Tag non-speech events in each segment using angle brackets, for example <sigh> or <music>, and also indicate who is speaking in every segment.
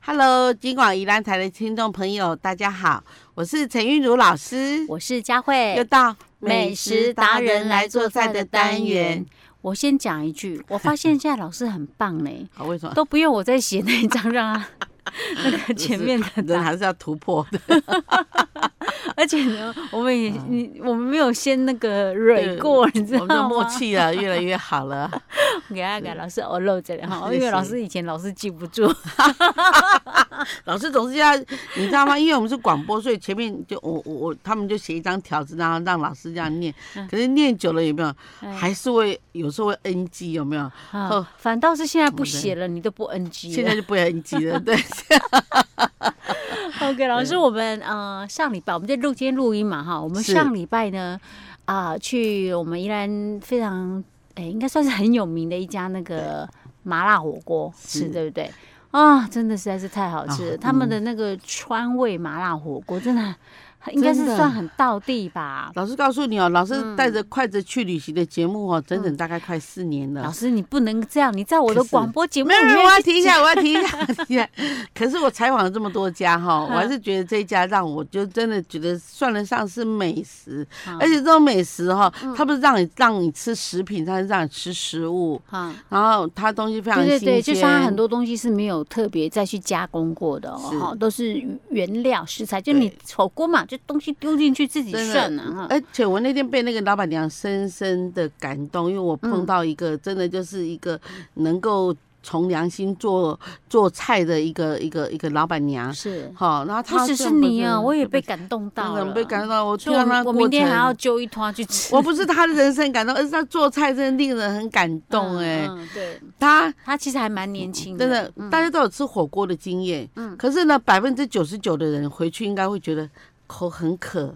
Speaker 1: Hello，金广宜兰台的听众朋友，大家好，我是陈韵如老师，
Speaker 2: 我是佳
Speaker 1: 又
Speaker 2: 慧，
Speaker 1: 到单元。。，
Speaker 2: 我先讲一句，我发现现在老师很棒呢
Speaker 1: 好，为什么？ <laughs>
Speaker 2: 都不用我再写那一张让他那个前面的
Speaker 1: 人
Speaker 2: 答，
Speaker 1: 还是要突破的，
Speaker 2: 而且呢，我们也你我们没有先那个蕊过，你知
Speaker 1: 啊我们
Speaker 2: 道
Speaker 1: 的
Speaker 2: 吗？
Speaker 1: 默契 <laughs> 啊，越来越好了。
Speaker 2: 给他给老师偶漏着了哈，
Speaker 1: 是
Speaker 2: 因为
Speaker 1: 啊是哦
Speaker 2: 老师以前老是记不住，
Speaker 1: 老师总是要，你知道吗？因为我们是广播，所以前面就我我我他们就写一张条子，然后让老师这样念。可是念久了有没有，还是会有时候会 NG 有没有？
Speaker 2: 啊
Speaker 1: 哦
Speaker 2: 反倒是现在不写了，你都不 NG 了。
Speaker 1: 现在就不会 NG 了，对，
Speaker 2: OK，老师，我们呃上礼拜我们在录今天录音嘛哈，我们
Speaker 1: 是
Speaker 2: 上礼拜呢啊、去我们宜兰非常哎、应该算是很有名的一家那个麻辣火锅
Speaker 1: 是
Speaker 2: 吃，对不对？啊，真的实在是太好吃了，
Speaker 1: 啊
Speaker 2: 他们的那个川味麻辣火锅真的应该是
Speaker 1: 真的
Speaker 2: 算很道地吧。
Speaker 1: 老师告诉你哦，老师
Speaker 2: 嗯
Speaker 1: 带着筷子去旅行的节目哦，整整大概快四年了。
Speaker 2: 老师，你不能这样，你在我的
Speaker 1: 可是
Speaker 2: 广播节目
Speaker 1: 没
Speaker 2: 里
Speaker 1: 有，没有我
Speaker 2: 面
Speaker 1: 要提一下，我要提一下，提
Speaker 2: <laughs>
Speaker 1: 一下。可是我采访了这么多家哈，我
Speaker 2: 嗯
Speaker 1: 还是觉得这一家让我就真的觉得算得上是美食，
Speaker 2: 嗯
Speaker 1: 而且这种美食哈，它不是让你让你吃食品，它是让你吃食物，
Speaker 2: 啊，
Speaker 1: 然后它东西非常
Speaker 2: 对
Speaker 1: 新鲜，
Speaker 2: 对对，就是它很多东西是没有特别再去加工过的哦，
Speaker 1: 是
Speaker 2: 哈，都是原料食材，就你
Speaker 1: 对
Speaker 2: 火锅嘛，就东西丢进去自己
Speaker 1: 真的嗯
Speaker 2: 涮啊，哈，
Speaker 1: 而且我那天被那个老板娘深深的感动，因为我碰
Speaker 2: 嗯
Speaker 1: 到一个真的就是一个能够从良心做做菜的一个一个一个老板娘。
Speaker 2: 是，
Speaker 1: 好，然后她
Speaker 2: 不只是
Speaker 1: 哎这样
Speaker 2: 你啊，
Speaker 1: 子
Speaker 2: 我也被感动
Speaker 1: 真
Speaker 2: 到了，
Speaker 1: 的被感动到，我听
Speaker 2: 所以
Speaker 1: 到
Speaker 2: 我
Speaker 1: 那
Speaker 2: 们
Speaker 1: 个
Speaker 2: 我明天
Speaker 1: 过
Speaker 2: 还
Speaker 1: 程 <laughs>
Speaker 2: 要揪一团去吃，
Speaker 1: 我不是她的人生感动，而是她做菜真的令人很感动哎、
Speaker 2: 嗯，嗯嗯对
Speaker 1: 她
Speaker 2: 他其实还蛮年轻
Speaker 1: 真的，大家都有吃火锅的经验，
Speaker 2: 嗯
Speaker 1: 可是呢，百分之九十九的人回去应该会觉得口很渴，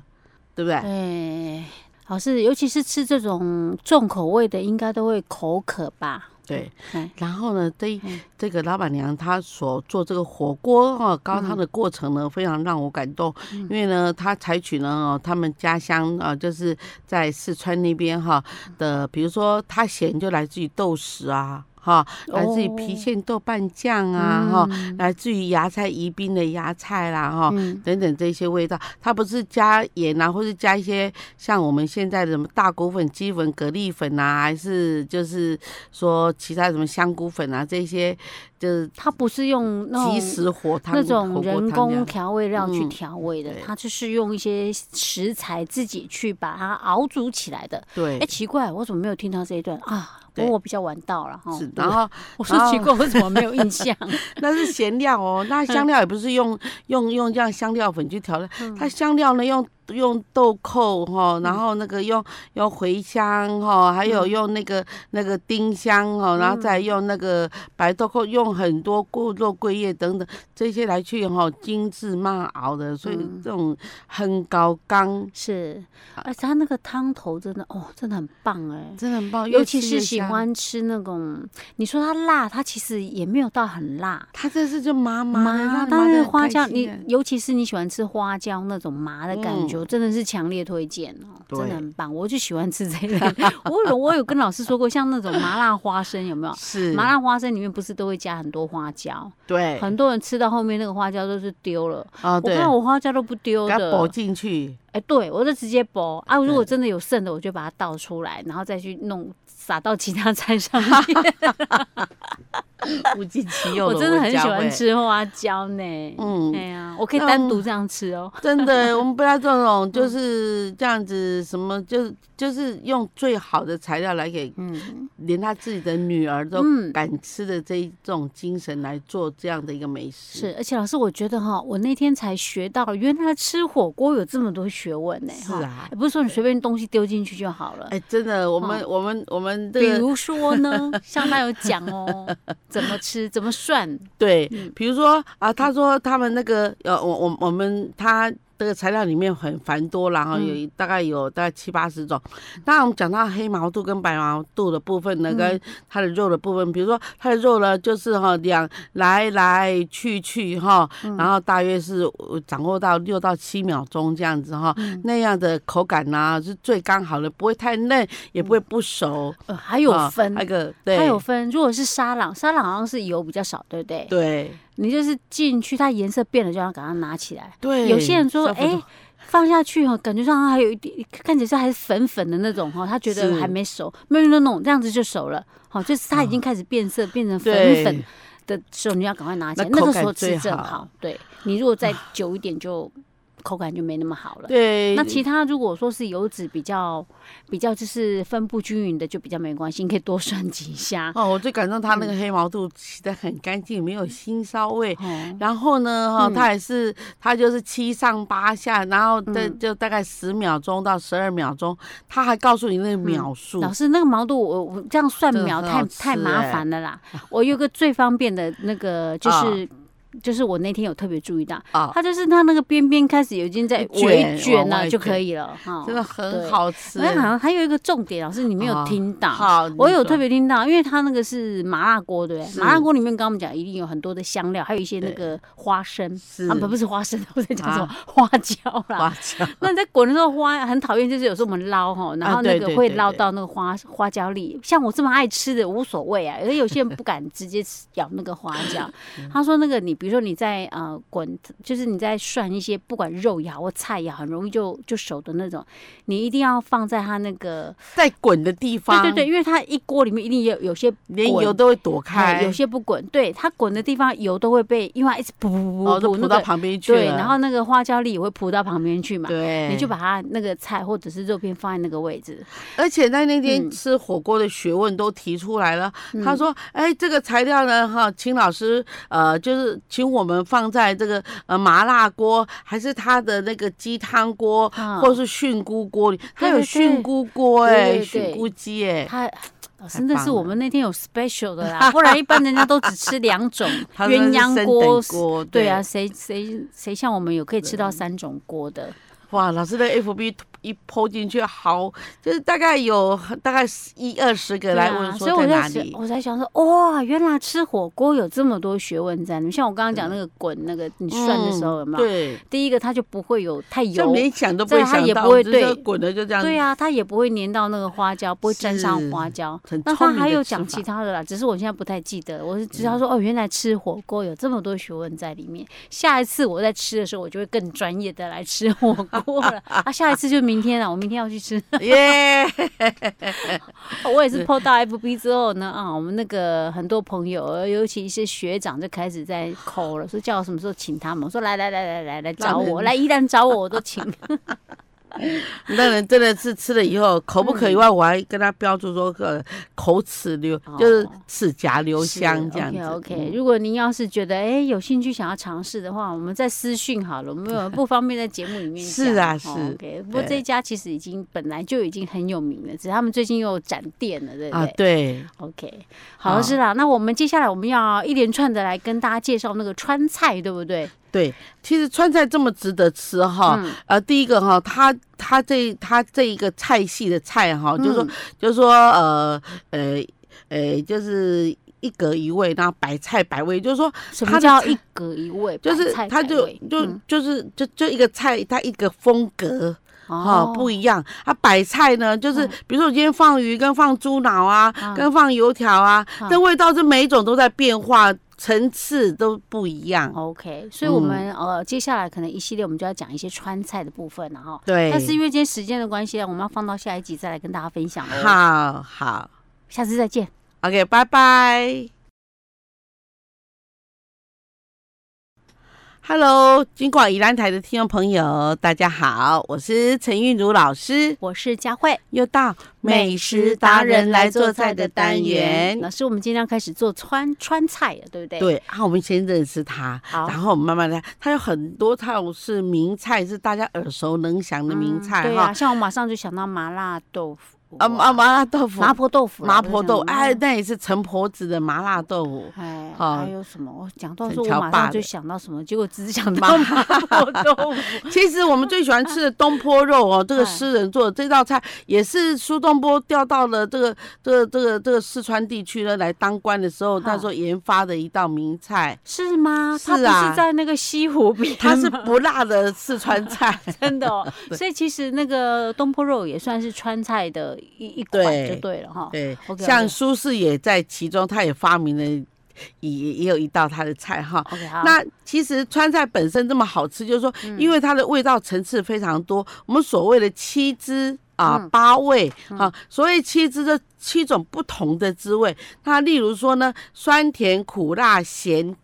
Speaker 1: 对不对？
Speaker 2: 对，老师，尤其是吃这种重口味的，应该都会口渴吧？
Speaker 1: 对
Speaker 2: 哎，
Speaker 1: 然后呢，对
Speaker 2: 嗯
Speaker 1: 这个老板娘她所做这个火锅哦高
Speaker 2: 嗯
Speaker 1: 汤的过程呢，非常让我感动，因为呢，她采取呢哦他们家乡啊，就是在四川那边哈
Speaker 2: 嗯
Speaker 1: 的，比如说她咸就来自于豆豉啊，哈，来自于郫
Speaker 2: 哦嗯
Speaker 1: 县豆瓣酱啊，哈，哦来自于芽菜宜宾的芽菜啦，哈，
Speaker 2: 嗯，
Speaker 1: 等等这些味道，它不是加盐啊，或是加一些像我们现在的什么大骨粉、鸡粉、蛤蜊粉啊，还是就是说其他什么香菇粉啊这些，就是
Speaker 2: 他不是用那种
Speaker 1: 即食火汤
Speaker 2: 那种
Speaker 1: 火锅
Speaker 2: 人
Speaker 1: 汤这
Speaker 2: 工
Speaker 1: 样
Speaker 2: 调味料去
Speaker 1: 嗯
Speaker 2: 调味的
Speaker 1: 对，
Speaker 2: 它就是用一些食材自己去把它熬煮起来的。
Speaker 1: 对。
Speaker 2: 哎，奇怪，我怎么没有听到这一段啊？不
Speaker 1: 对
Speaker 2: 过我比较晚到了哈
Speaker 1: 是。 <laughs> 然后
Speaker 2: 我说奇怪，我怎么没有
Speaker 1: <laughs>
Speaker 2: 印象？ <laughs>
Speaker 1: 那是咸料哦，
Speaker 2: 嗯
Speaker 1: 那香料也不是用用用这样香料粉去调的，
Speaker 2: 嗯
Speaker 1: 它香料呢用用豆蔻哈、然后那个用用茴香哈、还有
Speaker 2: 嗯
Speaker 1: 用那个、那个丁香哈、然后再用那个白豆蔻，用很多过肉桂叶等等这些来去哈、精致慢熬的，所以
Speaker 2: 嗯
Speaker 1: 这种很高纲，
Speaker 2: 是，而且它那个汤头真的哦，真的很棒哎。
Speaker 1: 真的很棒，
Speaker 2: 尤
Speaker 1: 越
Speaker 2: 其
Speaker 1: 吃
Speaker 2: 是
Speaker 1: 越
Speaker 2: 喜
Speaker 1: 香。
Speaker 2: 欢吃那种，你说它辣，它其实也没有到很辣，
Speaker 1: 它这次就麻麻的，
Speaker 2: 麻，
Speaker 1: 让你麻
Speaker 2: 但
Speaker 1: 得
Speaker 2: 是
Speaker 1: 很
Speaker 2: 花
Speaker 1: 开
Speaker 2: 椒，
Speaker 1: 心
Speaker 2: 你
Speaker 1: 耶嗯
Speaker 2: 尤其是你喜欢吃花椒那种麻的感觉，真的是强烈推荐哦，
Speaker 1: 对
Speaker 2: 真的很棒，我就喜欢吃这一类。 <laughs> 我有我有跟老师说过，像那种麻辣花生有没有？
Speaker 1: 是
Speaker 2: 麻辣花生里面不是都会加很多花椒，
Speaker 1: 对
Speaker 2: 很多人吃到后面那个花椒都是丢了。
Speaker 1: 啊
Speaker 2: 我
Speaker 1: 对，
Speaker 2: 看我花椒都不丢
Speaker 1: 给它
Speaker 2: 的
Speaker 1: bỏ，进去。
Speaker 2: 哎、对我就直接剥啊。如
Speaker 1: 对
Speaker 2: 果真的有剩的，我就把它倒出来，然后再去弄撒到其他
Speaker 1: <laughs>
Speaker 2: 菜上面。
Speaker 1: 物尽其用
Speaker 2: 我
Speaker 1: 的
Speaker 2: 真的很喜
Speaker 1: 家
Speaker 2: 欢
Speaker 1: 味。
Speaker 2: 吃花椒呢。
Speaker 1: 嗯
Speaker 2: 哎呀，我可以单独这样吃哦。
Speaker 1: <laughs> 真的，我们不要这
Speaker 2: 嗯
Speaker 1: 种就是这样子，什么就是就是用最好的材料来给
Speaker 2: 嗯，
Speaker 1: 连他自己的女儿都
Speaker 2: 嗯
Speaker 1: 敢吃的这一种精神来做这样的一个美食。
Speaker 2: 是，而且老师，我觉得哈，我那天才学到，原来吃火锅有这么多学问呢。
Speaker 1: 是
Speaker 2: 哈
Speaker 1: 啊
Speaker 2: 哎不是说你随便东西丢进去就好了。
Speaker 1: 哎，真的，我们我们我们
Speaker 2: 比
Speaker 1: 这个
Speaker 2: 如
Speaker 1: <laughs>
Speaker 2: 说呢，像他有讲哦，怎么吃，怎么涮，
Speaker 1: 对
Speaker 2: 嗯，
Speaker 1: 比如说啊，他说他们那个呃，我我我们他。这个材料里面很繁多啦，然后
Speaker 2: 嗯
Speaker 1: 有一大概有大概七八十种。那我们讲到黑毛肚跟白毛肚的部分
Speaker 2: 嗯
Speaker 1: 呢，跟它的肉的部分，比如说它的肉呢，就是哈两来来去去哈，
Speaker 2: 嗯
Speaker 1: 然后大约是呃掌握到六到七秒钟这样子哈，
Speaker 2: 嗯
Speaker 1: 那样的口感呢、是最刚好的，不会太嫩，也不会不熟。
Speaker 2: 呃，还有
Speaker 1: 啊
Speaker 2: 分
Speaker 1: 那，个对，
Speaker 2: 它有分。如果是沙朗，沙朗好像是油比较少，对不对？
Speaker 1: 对
Speaker 2: 你就是进去，它颜色变了就要赶快拿起来。
Speaker 1: 对，
Speaker 2: 有些人说
Speaker 1: 消防
Speaker 2: 哎
Speaker 1: 队
Speaker 2: 放下去哈，感觉上它还有一点，看起来是还是粉粉的那种哈，他觉得
Speaker 1: 是啊
Speaker 2: 还没熟，没有那种这样子就熟了，好，就是它已经开始变色，变成粉粉
Speaker 1: 对
Speaker 2: 的时候，你要赶快拿起来，
Speaker 1: 那口
Speaker 2: 那个
Speaker 1: 感
Speaker 2: 时候吃
Speaker 1: 最
Speaker 2: 正
Speaker 1: 好
Speaker 2: 好。对你如果再久一点就，口感就没那么好了。
Speaker 1: 对，
Speaker 2: 那其他如果说是油脂比较比较就是分布均匀的，就比较没关系，你可以多涮几下。
Speaker 1: 哦，我最感动它
Speaker 2: 嗯
Speaker 1: 那个黑毛肚洗得很干净，没有腥骚味。
Speaker 2: 哦，
Speaker 1: 然后呢，哈、
Speaker 2: 嗯
Speaker 1: 它也是，它就是七上八下，然后的
Speaker 2: 嗯
Speaker 1: 就大概十秒钟到十二秒钟，它还告诉你那个秒数。
Speaker 2: 嗯老师，那个毛肚我我这样算
Speaker 1: 真的
Speaker 2: 秒
Speaker 1: 很
Speaker 2: 太
Speaker 1: 好
Speaker 2: 太
Speaker 1: 吃
Speaker 2: 麻
Speaker 1: 欸
Speaker 2: 烦了啦。我有个最方便的那
Speaker 1: <laughs>
Speaker 2: 个就是。就是我那天有特别注意到，
Speaker 1: 啊
Speaker 2: 它就是它那个边边开始有已经在
Speaker 1: 卷
Speaker 2: 微卷
Speaker 1: 往
Speaker 2: 了
Speaker 1: 外
Speaker 2: 就可
Speaker 1: 卷
Speaker 2: 以了，哈
Speaker 1: 真的很。好吃
Speaker 2: 哦对。那好像还有一个重点，老师你没有
Speaker 1: 啊
Speaker 2: 听到，
Speaker 1: 好，
Speaker 2: 我有
Speaker 1: 你说
Speaker 2: 特别听到，因为它那个是麻辣锅，对不对？
Speaker 1: 是
Speaker 2: 麻辣锅里面刚刚我们讲一定有很多的香料，还有一些那
Speaker 1: 对
Speaker 2: 个花生，
Speaker 1: 是
Speaker 2: 啊不不是花生， <laughs> 我在讲什么、
Speaker 1: 啊
Speaker 2: 花椒啦。
Speaker 1: 花椒， <laughs>
Speaker 2: 那你在滚的时候花很讨厌，就是有时候我们捞哈，然后
Speaker 1: 啊对
Speaker 2: 那个
Speaker 1: 对
Speaker 2: 会
Speaker 1: 对
Speaker 2: 捞
Speaker 1: 对
Speaker 2: 到那个花花椒粒。像我这么爱吃的无所谓啊，而有些人不敢直接吃咬那个花椒。
Speaker 1: 嗯
Speaker 2: 他说那个你比如说你在呃滚，就是你在涮一些不管肉也好或菜也好，很容易就就熟的那种，你一定要放在它那个
Speaker 1: 在滚的地
Speaker 2: 对
Speaker 1: 方，
Speaker 2: 对对，，因为它一锅里面一定有有些
Speaker 1: 连
Speaker 2: 滚
Speaker 1: 油都会躲
Speaker 2: 哎
Speaker 1: 开，
Speaker 2: 有些不滚，对它滚的地方油都会被，因为它一直噗噗
Speaker 1: 哦
Speaker 2: 噗噗
Speaker 1: 都
Speaker 2: 噗
Speaker 1: 扑
Speaker 2: 那
Speaker 1: 到
Speaker 2: 个，
Speaker 1: 旁边去了。
Speaker 2: 对，然后那个花椒粒也会扑到旁边去嘛，
Speaker 1: 对，
Speaker 2: 你就把它那个菜或者是肉片放在那个位置。
Speaker 1: 而且在那
Speaker 2: 嗯
Speaker 1: 天吃火锅的学问都提出来了。
Speaker 2: 嗯
Speaker 1: 他说：“哎，这个材料呢，哈，请老师，呃，就是请我们放在这个呃麻辣锅，还是他的那个鸡汤锅，
Speaker 2: 啊
Speaker 1: 或是菌菇锅里，他
Speaker 2: 对
Speaker 1: 有
Speaker 2: 对
Speaker 1: 菌
Speaker 2: 对
Speaker 1: 菇锅哎、
Speaker 2: 对对对
Speaker 1: 菌菇鸡哎、
Speaker 2: 它老师
Speaker 1: 太
Speaker 2: 那
Speaker 1: 棒
Speaker 2: 是我
Speaker 1: 了
Speaker 2: 们那天有 special 的啦，不然一般人家都只吃两种
Speaker 1: <laughs> 他说
Speaker 2: 鸳
Speaker 1: 是
Speaker 2: 鸯
Speaker 1: 升等。
Speaker 2: 锅
Speaker 1: 锅，
Speaker 2: 对啊，，谁谁谁像我们有可以吃到三种锅的，
Speaker 1: 哇，老师的 FB 一抛进去，好，就是大概有大概十一二十个
Speaker 2: 对
Speaker 1: 来
Speaker 2: 啊
Speaker 1: 问
Speaker 2: 所以
Speaker 1: 说
Speaker 2: 我
Speaker 1: 在哪
Speaker 2: 在想
Speaker 1: 里，
Speaker 2: 我才想说，哇，原来吃火锅有这么多学问在里面。像我刚刚讲那个滚那个你涮的时候，有没
Speaker 1: 嗯
Speaker 2: 有？
Speaker 1: 对，
Speaker 2: 第一个它就不会哦有太
Speaker 1: 就
Speaker 2: 油，
Speaker 1: 连想都不会
Speaker 2: 这样他
Speaker 1: 想
Speaker 2: 也
Speaker 1: 到，
Speaker 2: 不会
Speaker 1: 只是
Speaker 2: 对
Speaker 1: 滚了就这样，
Speaker 2: 对呀、它也不会粘到那个花椒，不会沾上
Speaker 1: 是
Speaker 2: 花椒。
Speaker 1: 很
Speaker 2: 那
Speaker 1: 聪
Speaker 2: 他
Speaker 1: 明的
Speaker 2: 还有
Speaker 1: 吃
Speaker 2: 讲
Speaker 1: 法嗯
Speaker 2: 其他的啦，只是我现在不太记得了，我是知道说、哦，原来吃火锅有这么多学问在里面。下一次我在吃的时候，我就会更专业的来吃火锅了。啊，下一次就明天了，我明天要去吃。
Speaker 1: <laughs>
Speaker 2: <laughs>
Speaker 1: 耶、
Speaker 2: 我也是 PO 到 FB 之后呢，啊，我们那个很多朋友，呃尤其一些学长就开始在 call 了，说叫我什么时候请他们，我说来来来来来来找
Speaker 1: 让
Speaker 2: 我，
Speaker 1: 人
Speaker 2: 来一旦找我我都请。
Speaker 1: 那人真的是吃了以后口不可以外，我还跟他标注说呃口齿留，就是
Speaker 2: 嗯哦
Speaker 1: 齿颊留香
Speaker 2: 是
Speaker 1: 这样子。
Speaker 2: OK，,
Speaker 1: 嗯
Speaker 2: 如果您要是觉得哎、有兴趣想要尝试的话，我们再私讯好了，我们有
Speaker 1: <laughs>
Speaker 2: 不方便在节目里面讲。
Speaker 1: 是啊
Speaker 2: 哦
Speaker 1: 是
Speaker 2: OK，不过
Speaker 1: 对
Speaker 2: 这一家其实已经本来就已经很有名了，只是他们最近又展店了，对不
Speaker 1: 啊
Speaker 2: 对？，
Speaker 1: 对，啊
Speaker 2: OK，好
Speaker 1: 好
Speaker 2: 是啦。那我们接下来我们要一连串的来跟大家介绍那个川菜，对不对？
Speaker 1: 对，其实川菜这么值得吃哈，
Speaker 2: 嗯
Speaker 1: 呃，第一个哈，它它这它这一个菜系的菜哈，哦就是说
Speaker 2: 嗯
Speaker 1: 就是说呃呃呃，就是一格一味，然后百菜百味，就是说
Speaker 2: 什
Speaker 1: 它
Speaker 2: 么
Speaker 1: 的
Speaker 2: 叫
Speaker 1: 菜
Speaker 2: 一格一味？
Speaker 1: 就是
Speaker 2: 白菜
Speaker 1: 它
Speaker 2: 改
Speaker 1: 就
Speaker 2: 味
Speaker 1: 就
Speaker 2: 嗯
Speaker 1: 就是就就一个菜，它一个风格。哈、
Speaker 2: 哦
Speaker 1: 不一样。啊，白菜呢，就是
Speaker 2: 嗯
Speaker 1: 比如说我今天放鱼，跟放猪脑啊，
Speaker 2: 啊
Speaker 1: 跟放油条啊，
Speaker 2: 啊
Speaker 1: 这味道是每一种都在变化，层次都不一样。哦
Speaker 2: 哦 OK，
Speaker 1: 嗯
Speaker 2: 所以我们、呃接下来可能一系列我们就要讲一些川菜的部分了哈。
Speaker 1: 对，
Speaker 2: 但是因为今天时间的关系啊，我们要放到下一集再来跟大家分享
Speaker 1: 好
Speaker 2: 哦。，
Speaker 1: 好
Speaker 2: 下次再见。
Speaker 1: ，OK，拜拜。Hello，金广宜兰台的听众朋友，大家好，我是陈韵如老师，
Speaker 2: 我是佳慧，
Speaker 1: 又到美食达人来做菜的单元。
Speaker 2: 老师，我们今天要开始做川川菜了，对不对？，
Speaker 1: 对，啊，我们先认识他，
Speaker 2: 好
Speaker 1: 然后我们慢慢来。它有很多菜是名菜，是大家耳熟能详的名菜
Speaker 2: 对啊，
Speaker 1: 哈。
Speaker 2: 像我马上就想到麻辣豆腐，
Speaker 1: 啊麻麻辣豆腐，
Speaker 2: 麻婆豆腐啦，
Speaker 1: 麻婆豆，
Speaker 2: 我就想
Speaker 1: 哎，，那也是陈婆子的麻辣豆腐。
Speaker 2: 哎，
Speaker 1: 好
Speaker 2: 还有什么？我讲到
Speaker 1: 陈
Speaker 2: 说，我
Speaker 1: 乔
Speaker 2: 马
Speaker 1: 爸
Speaker 2: 上
Speaker 1: 的
Speaker 2: 就想到什么，结果只是想到
Speaker 1: <laughs>
Speaker 2: 麻婆豆腐。
Speaker 1: 其实我们最喜欢吃的东坡肉哦，这个
Speaker 2: 哎
Speaker 1: 诗人做的这道菜也是苏东坡调到了这个这个这个这个四川地区呢来当官的时候，
Speaker 2: 哈
Speaker 1: 那时候研发的一道名菜。
Speaker 2: 是吗？它
Speaker 1: 是
Speaker 2: 不是
Speaker 1: 啊
Speaker 2: 在那个西湖边吗，
Speaker 1: 它是不辣的四川菜，
Speaker 2: <laughs> 真的哦。所以其实那个东坡肉也算是川菜的一一款
Speaker 1: 对
Speaker 2: 就对了哈。
Speaker 1: 对
Speaker 2: 哦 OK，OK
Speaker 1: 像苏轼也在其中，他也发明了也也有一道它的菜哈。
Speaker 2: OK，好，嗯
Speaker 1: 那其实川菜本身这么好吃，就是说，因为它的味道层次非常多。我们所谓的七汁啊
Speaker 2: 嗯，
Speaker 1: 八味啊，所谓七汁这七种不同的滋味。那例如说呢，酸甜苦辣咸，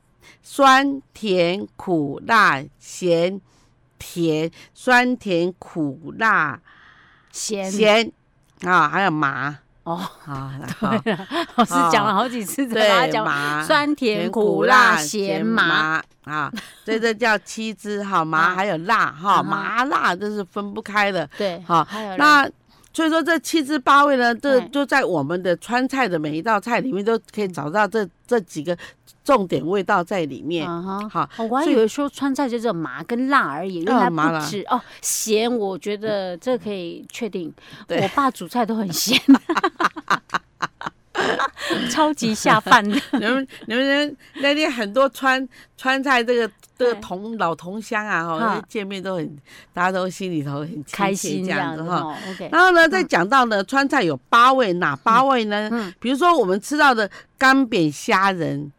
Speaker 1: 酸甜苦辣咸甜，酸甜苦辣
Speaker 2: 咸
Speaker 1: 咸啊，还有麻
Speaker 2: 哦， <laughs>
Speaker 1: 啊，好
Speaker 2: 对了，老师讲了好几 <laughs>
Speaker 1: <laughs>
Speaker 2: 次，再把它
Speaker 1: 对
Speaker 2: 讲
Speaker 1: 麻
Speaker 2: 酸甜苦辣咸麻，
Speaker 1: 啊，这这叫七汁哈麻，还有辣哈
Speaker 2: 啊
Speaker 1: 麻辣，这是分不开的
Speaker 2: 对，
Speaker 1: 哈。
Speaker 2: 还有
Speaker 1: 那所以说这七汁八味呢，这
Speaker 2: 哎
Speaker 1: 就在我们的川菜的每一道菜里面都
Speaker 2: 嗯
Speaker 1: 可以找到这这几个重点味道在里面。
Speaker 2: 嗯哼。
Speaker 1: 好，
Speaker 2: 哦我还
Speaker 1: 所以
Speaker 2: 以为说川菜就只有麻跟辣而已，原
Speaker 1: 嗯
Speaker 2: 来
Speaker 1: 麻辣
Speaker 2: 不止哦。咸，我觉得这可以确定，
Speaker 1: 对
Speaker 2: 我爸煮菜都很咸， <laughs> 超级下 <laughs> 饭的。
Speaker 1: 你们你们那天很多川川菜这个这个
Speaker 2: 哎
Speaker 1: 同老同乡啊，哈
Speaker 2: 哈，
Speaker 1: 见面都很，大家都心里头很亲切
Speaker 2: 开心
Speaker 1: 这
Speaker 2: 这
Speaker 1: 样
Speaker 2: 样
Speaker 1: 子
Speaker 2: 子
Speaker 1: 哈。
Speaker 2: 哈。OK，
Speaker 1: 然后呢，再讲到呢，川菜有八味，哪八味呢？
Speaker 2: 嗯
Speaker 1: 比如说我们吃到的干煸虾仁，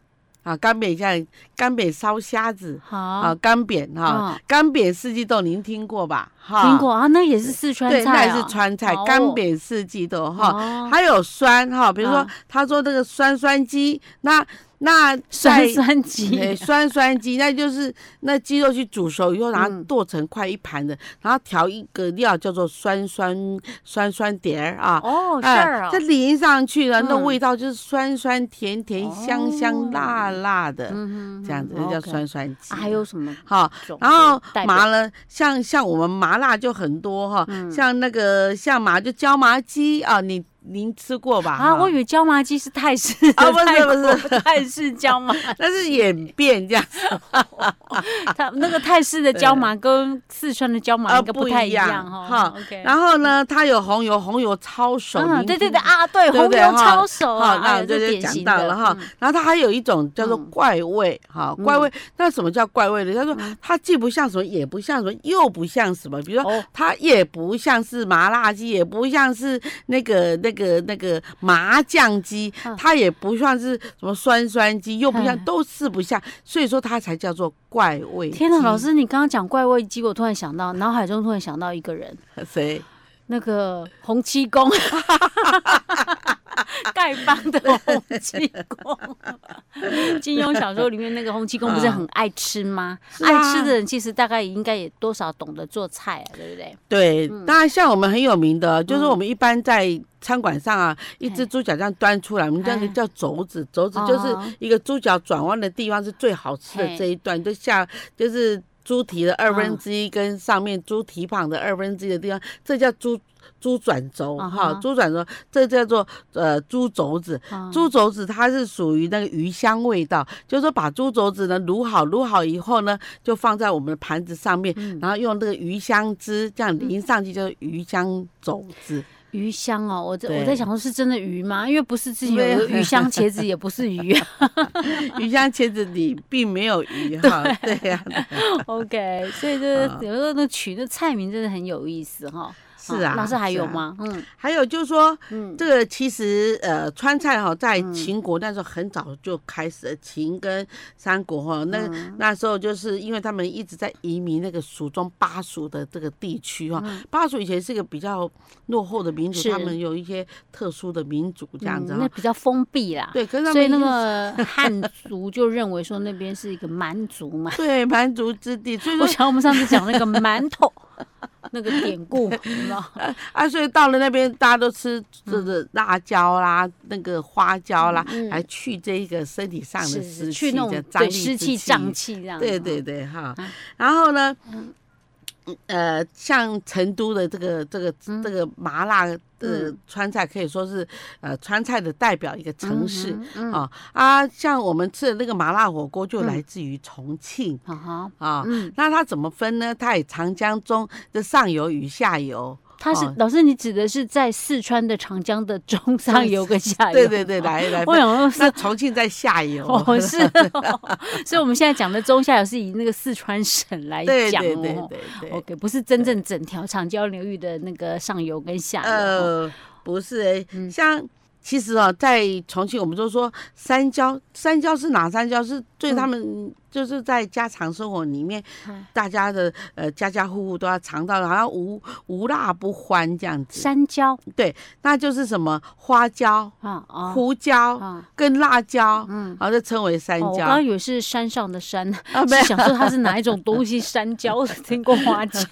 Speaker 1: 啊，干煸虾仁，干煸烧虾子，啊，
Speaker 2: 好，
Speaker 1: 干煸哈
Speaker 2: 啊，
Speaker 1: 干煸四季豆您听过吧？哈，
Speaker 2: 苹果啊，那也是四川
Speaker 1: 对，那
Speaker 2: 菜
Speaker 1: 也
Speaker 2: 啊，
Speaker 1: 是川菜
Speaker 2: 好，哦
Speaker 1: 干煸四季豆哈，
Speaker 2: 哦，
Speaker 1: 还有酸哈，比如说
Speaker 2: 啊
Speaker 1: 他说这个酸酸鸡，那那在嗯
Speaker 2: 酸酸
Speaker 1: 对，<laughs>
Speaker 2: 鸡，
Speaker 1: 酸酸鸡，那就是那鸡肉去煮熟以后，然后
Speaker 2: 嗯
Speaker 1: 剁成块一盘的，然后调一个料叫做酸酸酸酸碟儿啊。
Speaker 2: 哦，是
Speaker 1: 哎
Speaker 2: 儿啊
Speaker 1: 这，淋上去了，那
Speaker 2: 嗯
Speaker 1: 味道就是酸酸甜甜、香香
Speaker 2: 哦
Speaker 1: 辣辣的，
Speaker 2: 嗯
Speaker 1: 这样子就
Speaker 2: 嗯
Speaker 1: 叫
Speaker 2: OK
Speaker 1: 酸酸鸡。
Speaker 2: 啊还有什么
Speaker 1: 好，
Speaker 2: 种？
Speaker 1: 然后
Speaker 2: 代表
Speaker 1: 麻呢，像像我们麻辣就很多哈，
Speaker 2: 嗯
Speaker 1: 像那个像麻就椒麻鸡啊，你您吃过吧？
Speaker 2: 啊，
Speaker 1: 哈
Speaker 2: 我以为椒麻鸡是泰式的，
Speaker 1: 啊不是
Speaker 2: 泰
Speaker 1: 不是
Speaker 2: 国泰式椒麻，
Speaker 1: 那是演变这样
Speaker 2: <laughs> 它那个泰式的椒麻跟四川的椒麻
Speaker 1: 啊
Speaker 2: 应该
Speaker 1: 不
Speaker 2: 太
Speaker 1: 一
Speaker 2: 一
Speaker 1: 样
Speaker 2: 样哈
Speaker 1: 哈。
Speaker 2: OK，
Speaker 1: 然后呢，它有红油，红油抄手，
Speaker 2: 嗯，
Speaker 1: 您
Speaker 2: 对对
Speaker 1: 听
Speaker 2: 对啊，对，
Speaker 1: 对
Speaker 2: 红
Speaker 1: 不对
Speaker 2: 油
Speaker 1: 哈
Speaker 2: 抄手
Speaker 1: 好
Speaker 2: 啊，，哎
Speaker 1: 那
Speaker 2: 呀
Speaker 1: 这就
Speaker 2: 典
Speaker 1: 讲
Speaker 2: 型
Speaker 1: 到
Speaker 2: 的
Speaker 1: 了哈。然后它还有一种叫做
Speaker 2: 嗯
Speaker 1: 怪味，哈，怪味。那什么叫怪味呢？他说它既不像什么，也不像什么，又不像什么。比如说，
Speaker 2: 哦，
Speaker 1: 它也不像是麻辣鸡，也不像是那个那个那个麻酱鸡，
Speaker 2: 嗯
Speaker 1: 它也不像是什么酸酸鸡，又不像，
Speaker 2: 嗯
Speaker 1: 都是不像。所以说它才叫做怪味。
Speaker 2: 天哪，老，师，你刚刚讲怪味鸡，我突然想到，脑海中突然想到一个人，
Speaker 1: <laughs> 谁？
Speaker 2: 那个洪七公，丐帮的洪七公。金庸小说里面那个洪七公不是很爱吃吗？
Speaker 1: 嗯是啊
Speaker 2: 爱吃的人其实大概应该也多少懂得做菜啊，对不对？
Speaker 1: 对，
Speaker 2: 嗯
Speaker 1: 当然像我们很有名的，就是
Speaker 2: 嗯
Speaker 1: 我们一般在餐馆上啊，一只
Speaker 2: 嘿
Speaker 1: 猪脚这样端出来，我们这样子
Speaker 2: 哎
Speaker 1: 叫肘子，肘子就是
Speaker 2: 哦
Speaker 1: 一个猪脚转弯的地方是最好吃的
Speaker 2: 嘿
Speaker 1: 这一段，就下就是猪蹄的二分
Speaker 2: 嗯
Speaker 1: 之一跟上面猪蹄膀的二分之一的地方，这叫猪猪转轴
Speaker 2: 啊
Speaker 1: 哈
Speaker 2: 哈，
Speaker 1: 猪转轴，这叫做呃猪肘子。
Speaker 2: 嗯
Speaker 1: 猪肘子它是属于那个鱼香味道，就是说把猪肘子呢卤好，卤好以后呢，就放在我们的盘子上面，
Speaker 2: 嗯
Speaker 1: 然后用那个鱼香汁这样淋上去，就是鱼香肘子。
Speaker 2: 鱼香哦，我在
Speaker 1: 对
Speaker 2: 我在想说是真的鱼吗？因为不是之前有个
Speaker 1: 没有
Speaker 2: 鱼香茄子也不是
Speaker 1: <laughs>
Speaker 2: 鱼啊。
Speaker 1: 鱼香茄子里并没有鱼
Speaker 2: <laughs>
Speaker 1: 哈，对呀、
Speaker 2: OK，所以这
Speaker 1: 啊
Speaker 2: 有时候那取那菜名真的很有意思哈。
Speaker 1: 是啊。
Speaker 2: 老师还有
Speaker 1: 是啊？
Speaker 2: 吗？嗯
Speaker 1: 还有就是说，
Speaker 2: 嗯，
Speaker 1: 这个其实呃，川菜哈，在
Speaker 2: 嗯
Speaker 1: 秦国那时候很早就开始了，秦跟三国哈，那、
Speaker 2: 嗯
Speaker 1: 那时候就是因为他们一直在移民那个蜀中巴蜀的这个地区哈，巴蜀以前是个比较落后的民族，
Speaker 2: 嗯是
Speaker 1: 他们有一些特殊的民族这样子
Speaker 2: 嗯
Speaker 1: 哈
Speaker 2: 那，比较封闭啦。
Speaker 1: 对，可是他
Speaker 2: 所以
Speaker 1: 们
Speaker 2: 那
Speaker 1: 就是
Speaker 2: <laughs> 个汉族就认为说那边是一个蛮族嘛。
Speaker 1: 对蛮族之地，所以
Speaker 2: <laughs> 我
Speaker 1: 说
Speaker 2: 想我们上次讲那个馒头 <laughs> 那个典故， <laughs> 有没有
Speaker 1: 啊，所以到了那边大家都
Speaker 2: 嗯
Speaker 1: 吃这个辣椒啦，那个花椒啦，
Speaker 2: 嗯
Speaker 1: 来去这一个身体上的
Speaker 2: 啊是
Speaker 1: 湿气
Speaker 2: 是去那
Speaker 1: 的
Speaker 2: 种
Speaker 1: 脏
Speaker 2: 对
Speaker 1: 力之
Speaker 2: 湿气胀气这样。嗯
Speaker 1: 对对。对，哈
Speaker 2: 啊。
Speaker 1: 然后呢，呃，像成都的这个这个这个麻辣的
Speaker 2: 嗯
Speaker 1: 川菜，可以说是呃川菜的代表一个城市
Speaker 2: 嗯哼，嗯
Speaker 1: 啊啊，像我们吃的那个麻辣火锅就来自于重庆
Speaker 2: 好好，
Speaker 1: 啊。
Speaker 2: 嗯，
Speaker 1: 那它怎么分呢？它也长江中的上游与下游，
Speaker 2: 他是
Speaker 1: 哦
Speaker 2: 老师，你指的是在四川的长江的中上游跟下游？
Speaker 1: 对对对，来来
Speaker 2: 哎 <laughs> 我
Speaker 1: 分。
Speaker 2: 想说是
Speaker 1: 那重庆在下
Speaker 2: <laughs>
Speaker 1: 游，
Speaker 2: 哦，是哦，所以我们现在讲的中下游是以那个四川省来
Speaker 1: 对
Speaker 2: 讲
Speaker 1: 对对
Speaker 2: 哦。
Speaker 1: 对对。
Speaker 2: OK，不是真正
Speaker 1: 呃
Speaker 2: 整条长江流域的那个上游跟下游。哦
Speaker 1: 哎
Speaker 2: 嗯
Speaker 1: 呃，不是诶，像其实啊，在重庆我们都说山椒，山椒是哪山椒？是对他
Speaker 2: 嗯
Speaker 1: 们就是在家常生活里面，
Speaker 2: 哎
Speaker 1: 大家的呃家家户户都要尝到的，好像无无辣不欢这样子。
Speaker 2: 山椒
Speaker 1: 那就是什么花椒、
Speaker 2: 啊啊
Speaker 1: 胡椒
Speaker 2: 啊，
Speaker 1: 跟辣椒，
Speaker 2: 嗯。
Speaker 1: 然后就称为山
Speaker 2: 哦，我
Speaker 1: 椒
Speaker 2: 刚刚以为是山上的山，
Speaker 1: <laughs> 啊，没
Speaker 2: 是
Speaker 1: 有。
Speaker 2: <laughs> 想说它是哪一种东
Speaker 1: <laughs>
Speaker 2: 西？山椒，听过花椒，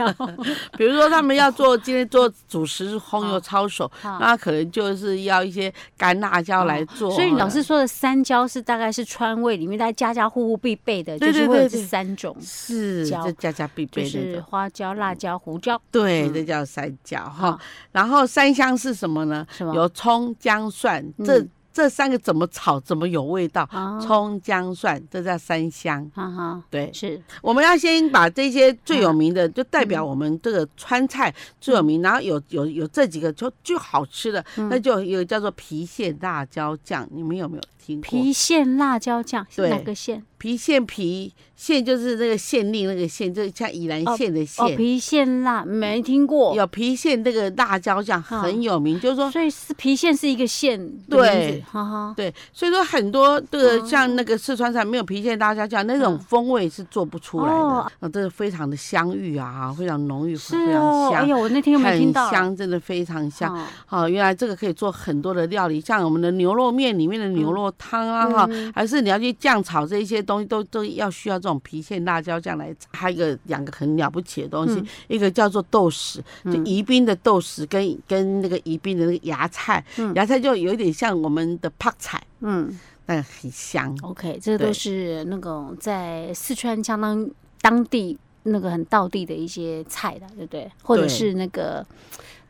Speaker 1: 比如说他们要做今天做主食烘油抄手， <laughs>
Speaker 2: 啊
Speaker 1: 那可能就是要一些干辣椒来做。
Speaker 2: 哦所以老师说的山椒是大概是川味里面大家家家户户必备的，
Speaker 1: 对
Speaker 2: 就
Speaker 1: 对
Speaker 2: 是会有
Speaker 1: 对
Speaker 2: 这
Speaker 1: 对
Speaker 2: 三种，
Speaker 1: 是
Speaker 2: 椒
Speaker 1: 这家家必
Speaker 2: 就
Speaker 1: 备那
Speaker 2: 是
Speaker 1: 种。
Speaker 2: 花椒、辣椒、胡椒，
Speaker 1: 对，
Speaker 2: 嗯
Speaker 1: 这叫三椒哈
Speaker 2: 好。，
Speaker 1: 然后三香是什么呢？
Speaker 2: 是吗？
Speaker 1: 有葱、姜、蒜，这
Speaker 2: 嗯
Speaker 1: 这三个怎么炒怎么有味道？
Speaker 2: 啊，
Speaker 1: 葱、姜、蒜，这叫三香。
Speaker 2: 哈哈，
Speaker 1: 对，
Speaker 2: 是啊
Speaker 1: 我们要先把这些最有名的，就代表
Speaker 2: 嗯
Speaker 1: 我们这个川菜最有名，然后有有有这几个就就好吃的，
Speaker 2: 嗯
Speaker 1: 那就有叫做郫县辣椒酱，你们有没有听过？
Speaker 2: 郫县辣椒酱，是哪
Speaker 1: 对
Speaker 2: 个县？
Speaker 1: 郫县郫县就是那个县令那个县，就是像宜兰县的
Speaker 2: 哦，
Speaker 1: 县，
Speaker 2: 郫县辣没听过，
Speaker 1: 有郫县那个辣椒酱
Speaker 2: 嗯
Speaker 1: 很有名，就是说。
Speaker 2: 所以哦是郫县是一个县的名字，
Speaker 1: 对
Speaker 2: 哈哈，
Speaker 1: 对，所以说很多这个
Speaker 2: 哦
Speaker 1: 像那个四川菜没有郫县辣椒酱那种
Speaker 2: 嗯
Speaker 1: 风味是做不出来的，
Speaker 2: 哦
Speaker 1: 啊，这个非常的香郁啊，非常浓郁，
Speaker 2: 是
Speaker 1: 非
Speaker 2: 哦
Speaker 1: 常，
Speaker 2: 哎
Speaker 1: 香，
Speaker 2: 呦，我那天又没听
Speaker 1: 很
Speaker 2: 到，啊
Speaker 1: 香，真的非常香。
Speaker 2: 哦，
Speaker 1: 好、原来这个可以做很多的料理，像我们的牛肉面里面的牛肉汤啊，哈、
Speaker 2: 嗯
Speaker 1: 还是你要去酱炒这些东西，都都要需要这种郫县辣椒酱来炒。还有一个两个很了不起的东西，
Speaker 2: 嗯
Speaker 1: 一个叫做豆豉，就
Speaker 2: 嗯
Speaker 1: 宜宾的豆豉跟跟那个宜宾的那个芽菜，
Speaker 2: 嗯
Speaker 1: 芽菜就有一点像我们的泡菜，
Speaker 2: 嗯
Speaker 1: 但很香。
Speaker 2: ，OK，这都
Speaker 1: 对
Speaker 2: 是那种在四川相当当地那个很道地的一些菜的，对不对？或者
Speaker 1: 对
Speaker 2: 是那个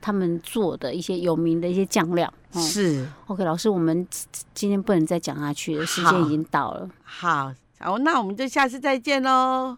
Speaker 2: 他们做的一些有名的一些酱料。嗯
Speaker 1: 是，
Speaker 2: OK，老师，我们今天不能再讲下去了，时间已
Speaker 1: 好
Speaker 2: 经到了。
Speaker 1: 好，好，那我们就下次再见喽。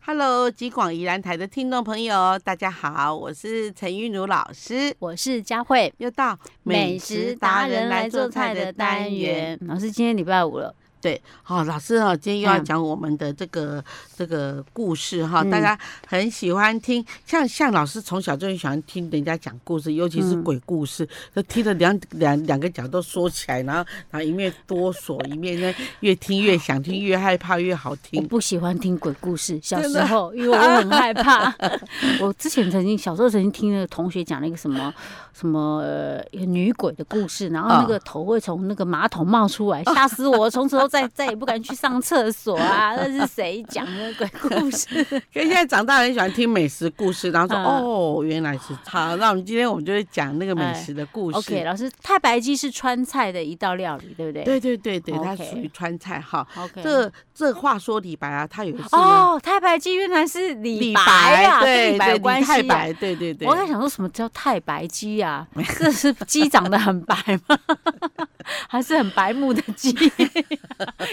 Speaker 1: Hello，吉广宜兰台的听众朋友，大家好，我是陈玉茹老师，
Speaker 2: 我是佳慧，
Speaker 1: 又到
Speaker 2: 美食达人来做菜的单元。。老师，今天礼拜五了，
Speaker 1: 对，好、老师哈、今天又要
Speaker 2: 嗯
Speaker 1: 讲我们的这个、这个故事哈、
Speaker 2: 嗯
Speaker 1: 大家很喜欢听，像像老师从小就很喜欢听人家讲故事，尤其是
Speaker 2: 嗯
Speaker 1: 鬼故事，就听了两两两个脚都缩起来，然后然后一面哆嗦，一面呢越听越想听，越害怕越好
Speaker 2: 我
Speaker 1: 听。
Speaker 2: 不喜欢听鬼故事，小
Speaker 1: 真
Speaker 2: 时
Speaker 1: 的
Speaker 2: 候因为我很害怕。 <laughs> 我之前曾经小时候曾经听那个同学讲了一个什么什么、呃、一个女鬼的故事，然后那
Speaker 1: 啊
Speaker 2: 个头会从那个马桶冒出来，吓死我！从此后再再也不敢去上厕所啊！那是谁讲的鬼
Speaker 1: <laughs>
Speaker 2: 故事？
Speaker 1: 可是现在长大了很喜欢听美食故事，然后说、
Speaker 2: 嗯
Speaker 1: 哦原来是好，那我们今天我们就会讲那个美食的故事。
Speaker 2: 哎 OK，老师，太白鸡是川菜的一道料理，对不对？
Speaker 1: 对对对对，它
Speaker 2: OK
Speaker 1: 属于川菜哈。
Speaker 2: ，OK。
Speaker 1: 这这话说李白啊，他有一次呢
Speaker 2: 哦，太白鸡原来是李
Speaker 1: 李
Speaker 2: 白呀、跟
Speaker 1: 对
Speaker 2: 李白有
Speaker 1: 对，
Speaker 2: 关
Speaker 1: 李太
Speaker 2: 系、啊。
Speaker 1: 白，对对对
Speaker 2: 我。在想说什么叫太白鸡呀、啊？ <laughs> 这是鸡长得很白吗？ <laughs> 还是很白目的鸡？ <laughs>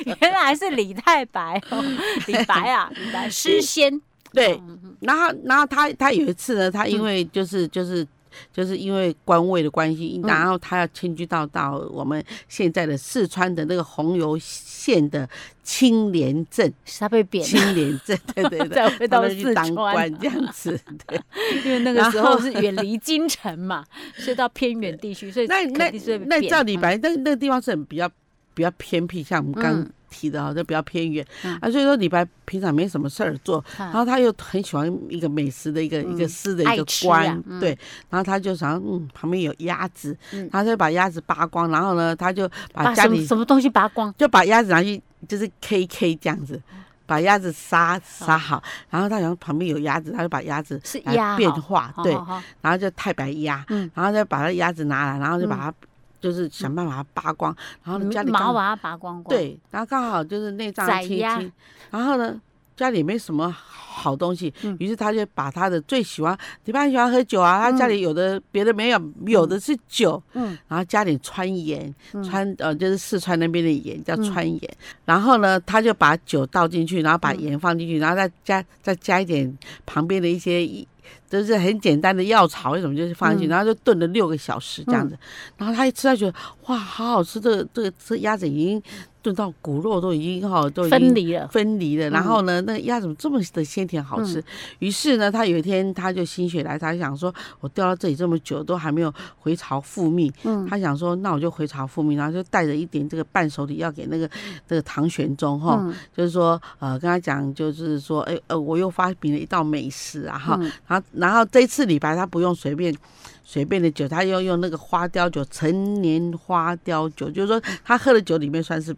Speaker 2: 原来是李太白
Speaker 1: <laughs>
Speaker 2: 哦，李白啊，李白诗仙。
Speaker 1: 对，
Speaker 2: 嗯
Speaker 1: 然后然后他他有一次呢，他因为就是就是。就是因为官位的关系，
Speaker 2: 嗯
Speaker 1: 然后他要迁居到到我们现在的四川的那个红油县的青莲镇，
Speaker 2: 是他被贬
Speaker 1: <laughs> 青莲镇，对对对，
Speaker 2: <laughs> 再回到
Speaker 1: 他就
Speaker 2: 四
Speaker 1: 去当
Speaker 2: 川啊
Speaker 1: 官，这样子。对，
Speaker 2: 因为那个时
Speaker 1: 然
Speaker 2: 候
Speaker 1: 后
Speaker 2: 是远离京城嘛，所以到偏远地区，所以
Speaker 1: 那那
Speaker 2: 肯定是被
Speaker 1: 那
Speaker 2: 贬
Speaker 1: 照李白，那那个地方是很比较比较偏僻，像我们刚
Speaker 2: 嗯
Speaker 1: 提的哈，就比较偏远
Speaker 2: 嗯
Speaker 1: 啊，所以说李白平常没什么事儿做，
Speaker 2: 嗯
Speaker 1: 然后他又很喜欢一个美食的一个、一
Speaker 2: 嗯
Speaker 1: 个诗的
Speaker 2: 爱
Speaker 1: 一个
Speaker 2: 吃啊
Speaker 1: 官，
Speaker 2: 嗯
Speaker 1: 对，然后他就想，嗯，旁边有鸭子，
Speaker 2: 嗯
Speaker 1: 他就把鸭子扒光，然后呢，他就把
Speaker 2: 把
Speaker 1: 啊家
Speaker 2: 什么
Speaker 1: 里
Speaker 2: 什么东西拔光，
Speaker 1: 就把鸭子拿去就是 K K 这样子。把鸭子杀杀好，然后他想旁边有鸭子，他就把鸭子
Speaker 2: 是
Speaker 1: 来
Speaker 2: 鸭
Speaker 1: 哎
Speaker 2: 哦
Speaker 1: 变
Speaker 2: 好
Speaker 1: 化，
Speaker 2: 好
Speaker 1: 对，
Speaker 2: 好好
Speaker 1: 然后就太白鸭，
Speaker 2: 嗯
Speaker 1: 然后再把那鸭子拿来，然后就把它、就是想办法把它扒光，然后家里刚
Speaker 2: 哦毛把它拔光光。
Speaker 1: 对，然后刚好就是内脏
Speaker 2: 宰
Speaker 1: 清一
Speaker 2: 鸭
Speaker 1: 清，然后呢家里没什么好东西，
Speaker 2: 嗯
Speaker 1: 于是他就把他的最喜欢，你爸喜欢喝酒啊，他家里有的、别的没有，有的是酒，
Speaker 2: 嗯，
Speaker 1: 然后加点川盐，
Speaker 2: 嗯
Speaker 1: 川呃就是四川那边的盐叫
Speaker 2: 嗯
Speaker 1: 川盐，然后呢，他就把酒倒进去，然后把
Speaker 2: 嗯
Speaker 1: 盐放进去，然后再加再加一点旁边的一些就是很简单的药草，一种就是放进去，
Speaker 2: 嗯
Speaker 1: 然后就炖了六个小时这样子，然后他一吃，他觉得哇，好好吃，这个这个这鸭子已经炖到骨肉都已经哈都已
Speaker 2: 分
Speaker 1: 经
Speaker 2: 离了，嗯
Speaker 1: 分离了，然后呢，那个鸭怎么这么的鲜甜好吃？于是呢，他有一天他就心血来潮，他想说，我钓到这里这么久都还没有回巢复命，
Speaker 2: 嗯
Speaker 1: 他想说，那我就回巢复命，然后就带着一点这个伴手礼要给那个这个唐玄宗哈，
Speaker 2: 嗯
Speaker 1: 就是说，呃，跟他讲，就是说，哎、呃，我又发明了一道美食啊哈，
Speaker 2: 嗯
Speaker 1: 然后然后这一次李白他不用随便。随便的酒，他要用那个花雕酒，陈年花雕酒，就是说他喝的酒里面算是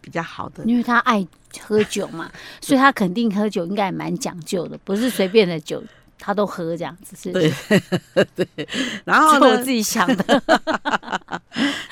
Speaker 1: 比较好的
Speaker 2: 因为他爱喝酒
Speaker 1: <laughs>
Speaker 2: 嘛，所以他肯定喝酒应该也蛮讲究的，不是随便的酒他都喝这样子，是
Speaker 1: 对然后
Speaker 2: 是我
Speaker 1: 呢
Speaker 2: 自，己想
Speaker 1: <laughs>
Speaker 2: 的，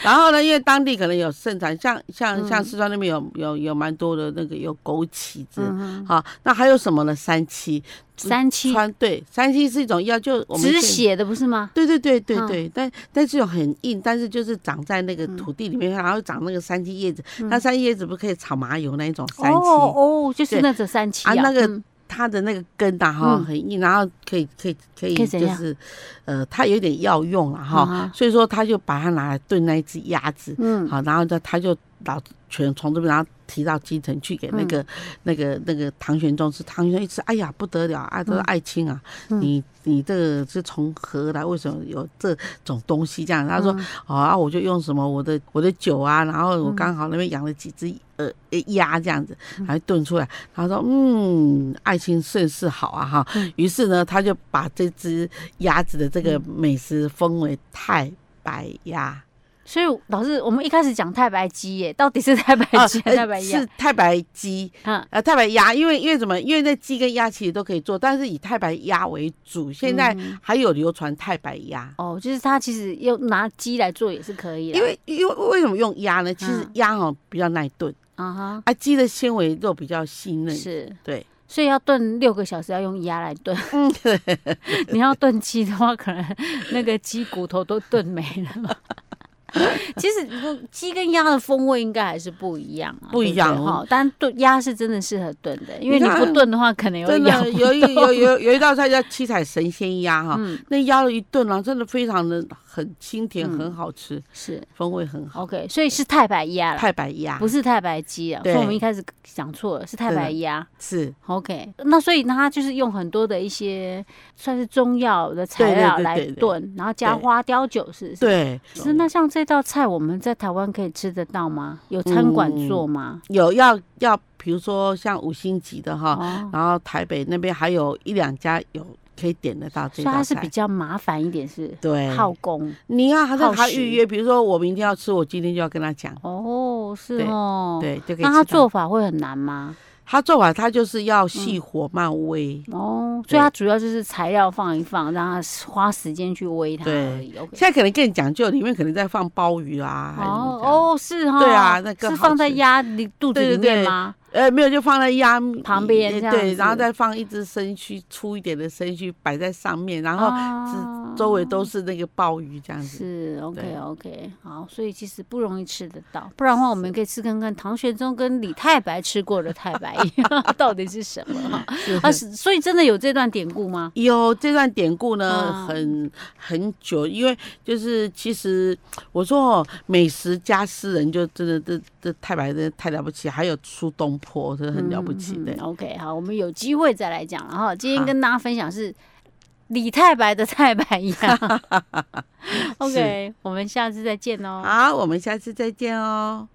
Speaker 1: 然后呢，因为当地可能有盛产，像像
Speaker 2: 嗯
Speaker 1: 像四川那边有有有蛮多的那个有枸杞子，
Speaker 2: 嗯哼
Speaker 1: 好，那还有什么呢？三七，
Speaker 2: 三七
Speaker 1: 川对，三七是一种药，就我们
Speaker 2: 止
Speaker 1: 现。
Speaker 2: 血的不是吗？
Speaker 1: 对对对对
Speaker 2: 嗯
Speaker 1: 对，但但是有很硬，但是就是长在那个土地里面，然后长那个三七叶子。那三七叶子不可以炒麻油那一种三七，
Speaker 2: 嗯哦哦，就是
Speaker 1: 对
Speaker 2: 那种三七
Speaker 1: 啊那个
Speaker 2: 嗯
Speaker 1: 它的那个根呐、哈、
Speaker 2: 嗯
Speaker 1: 很硬，然后可以可以可以
Speaker 2: 可以怎
Speaker 1: 就
Speaker 2: 样
Speaker 1: 是，呃，它有点药用了哈，
Speaker 2: 啊
Speaker 1: 所以说他就把它拿来炖那一只鸭子。
Speaker 2: 嗯，
Speaker 1: 好，然后呢，他就老全从这边，然后提到京城去给那
Speaker 2: 嗯
Speaker 1: 个、那个那个唐玄宗吃。唐玄宗一吃，哎呀不得了，啊，都是爱卿啊，
Speaker 2: 嗯
Speaker 1: 你你这个是从何来？为什么有这种东西这样？他说，
Speaker 2: 嗯
Speaker 1: 哦啊，我就用什么我的我的酒啊，然后我刚好那边养了几只呃鸭这样子，
Speaker 2: 嗯
Speaker 1: 然后炖出来。他说，嗯，爱卿甚是好啊哈。
Speaker 2: 嗯
Speaker 1: 于是呢，他就把这只鸭子的这个美食封为太白鸭。
Speaker 2: 所以老师，我们一开始讲太白鸡耶，到底是太白
Speaker 1: 啊
Speaker 2: 鸡
Speaker 1: 呃
Speaker 2: 还是太白鸭
Speaker 1: 是？太白鸡，
Speaker 2: 嗯
Speaker 1: 呃，太白鸭，因为因为怎么？因为那鸡跟鸭其实都可以做，但是以太白鸭为主。现在
Speaker 2: 嗯
Speaker 1: 还有流传太白鸭，
Speaker 2: 哦，就是它其实要拿鸡来做也是可以的，
Speaker 1: 因为因为为什么用鸭呢？其实
Speaker 2: 嗯
Speaker 1: 鸭哦比较耐炖，
Speaker 2: 啊
Speaker 1: 啊，鸡的纤维肉比较细
Speaker 2: 哈
Speaker 1: 嫩，
Speaker 2: 是。
Speaker 1: 对，
Speaker 2: 所以要炖六个小时，要用鸭来炖。
Speaker 1: 嗯，
Speaker 2: <laughs> 你要炖鸡的话，可能那个鸡骨头都炖没
Speaker 1: <laughs>
Speaker 2: 了吧。其实不鸡跟鸭的风味应该还是不一样啊，
Speaker 1: 不一样
Speaker 2: 对对哈。但炖鸭是真的适合炖的，因为
Speaker 1: 你
Speaker 2: 你
Speaker 1: 看
Speaker 2: 不炖的话，可能会
Speaker 1: 真
Speaker 2: 咬
Speaker 1: 的。有一有有有一道菜叫七彩神仙鸭哈，
Speaker 2: 嗯，
Speaker 1: 那鸭肉一炖啊，真的非常的很清甜，
Speaker 2: 嗯
Speaker 1: 很好吃，
Speaker 2: 是
Speaker 1: 风味很好。
Speaker 2: OK，所以是太白鸭了，
Speaker 1: 太白鸭
Speaker 2: 不是太白鸡啊。
Speaker 1: 对
Speaker 2: 所以我们一开始讲错了，是太白鸭。
Speaker 1: 是
Speaker 2: OK，那所以呢，它就是用很多的一些算是中药的材料
Speaker 1: 对对对
Speaker 2: 来
Speaker 1: 对对
Speaker 2: 炖，然后加
Speaker 1: 对
Speaker 2: 花雕酒，是不是？
Speaker 1: 对，
Speaker 2: 是那像这道菜，我们在台湾可以吃得到吗？有餐馆做吗？
Speaker 1: 有要要，比如说像五星级的哈，
Speaker 2: 哦，
Speaker 1: 然后台北那边还有一两家有可以点得到
Speaker 2: 所
Speaker 1: 这
Speaker 2: 以
Speaker 1: 道
Speaker 2: 它是比
Speaker 1: 菜。
Speaker 2: 较麻烦一点，是
Speaker 1: 对，
Speaker 2: 耗工
Speaker 1: 你要还是
Speaker 2: 耗
Speaker 1: 还
Speaker 2: 时
Speaker 1: 预约，比如说我明天要吃，我今天就要跟他讲，
Speaker 2: 哦，是
Speaker 1: 对
Speaker 2: 哦。
Speaker 1: 对，就可以吃到。
Speaker 2: 那它做嗯法会很难吗？
Speaker 1: 他做法，他就是要细火慢煨。
Speaker 2: 哦，
Speaker 1: 对
Speaker 2: 所以它主要就是材料放一放，让它花时间去煨它
Speaker 1: 对
Speaker 2: 而已。OK
Speaker 1: 现。在可能更讲究，里面可能在放鲍鱼啊，还是什么这样
Speaker 2: 哦哦，是哈，
Speaker 1: 对啊那更
Speaker 2: 是
Speaker 1: 好
Speaker 2: 放在
Speaker 1: 吃
Speaker 2: 鸭里肚子
Speaker 1: 对
Speaker 2: 里
Speaker 1: 对对
Speaker 2: 面吗？
Speaker 1: 呃，没有就放在鸭
Speaker 2: 旁边
Speaker 1: 呃
Speaker 2: 这样
Speaker 1: 对，
Speaker 2: 子
Speaker 1: 然后再放一只身躯粗一点的身躯摆在上面，然
Speaker 2: 哦
Speaker 1: 后
Speaker 2: 后
Speaker 1: 周围都是那个鲍鱼这样子。
Speaker 2: 是 OK
Speaker 1: 对
Speaker 2: OK，好，所以其实不容易吃得到，不然的话我们可以吃看看唐玄宗跟李太白吃过的太白鸭 <laughs> 到底是什么
Speaker 1: <laughs>
Speaker 2: 哈啊？是所以真的有这段典故吗？
Speaker 1: 有这段典故呢
Speaker 2: 啊，
Speaker 1: 很很久，因为就是其实我说哦，美食加诗人就真的这这太白真的太了不起，还有苏东坡真的很了不起，
Speaker 2: 嗯
Speaker 1: 对
Speaker 2: 嗯 OK，好，我们有机会再来讲了哈。今天
Speaker 1: 好
Speaker 2: 跟大家分享是李太白的太白鸭。OK，我们下次再见哦。
Speaker 1: 好，我们下次再见哦。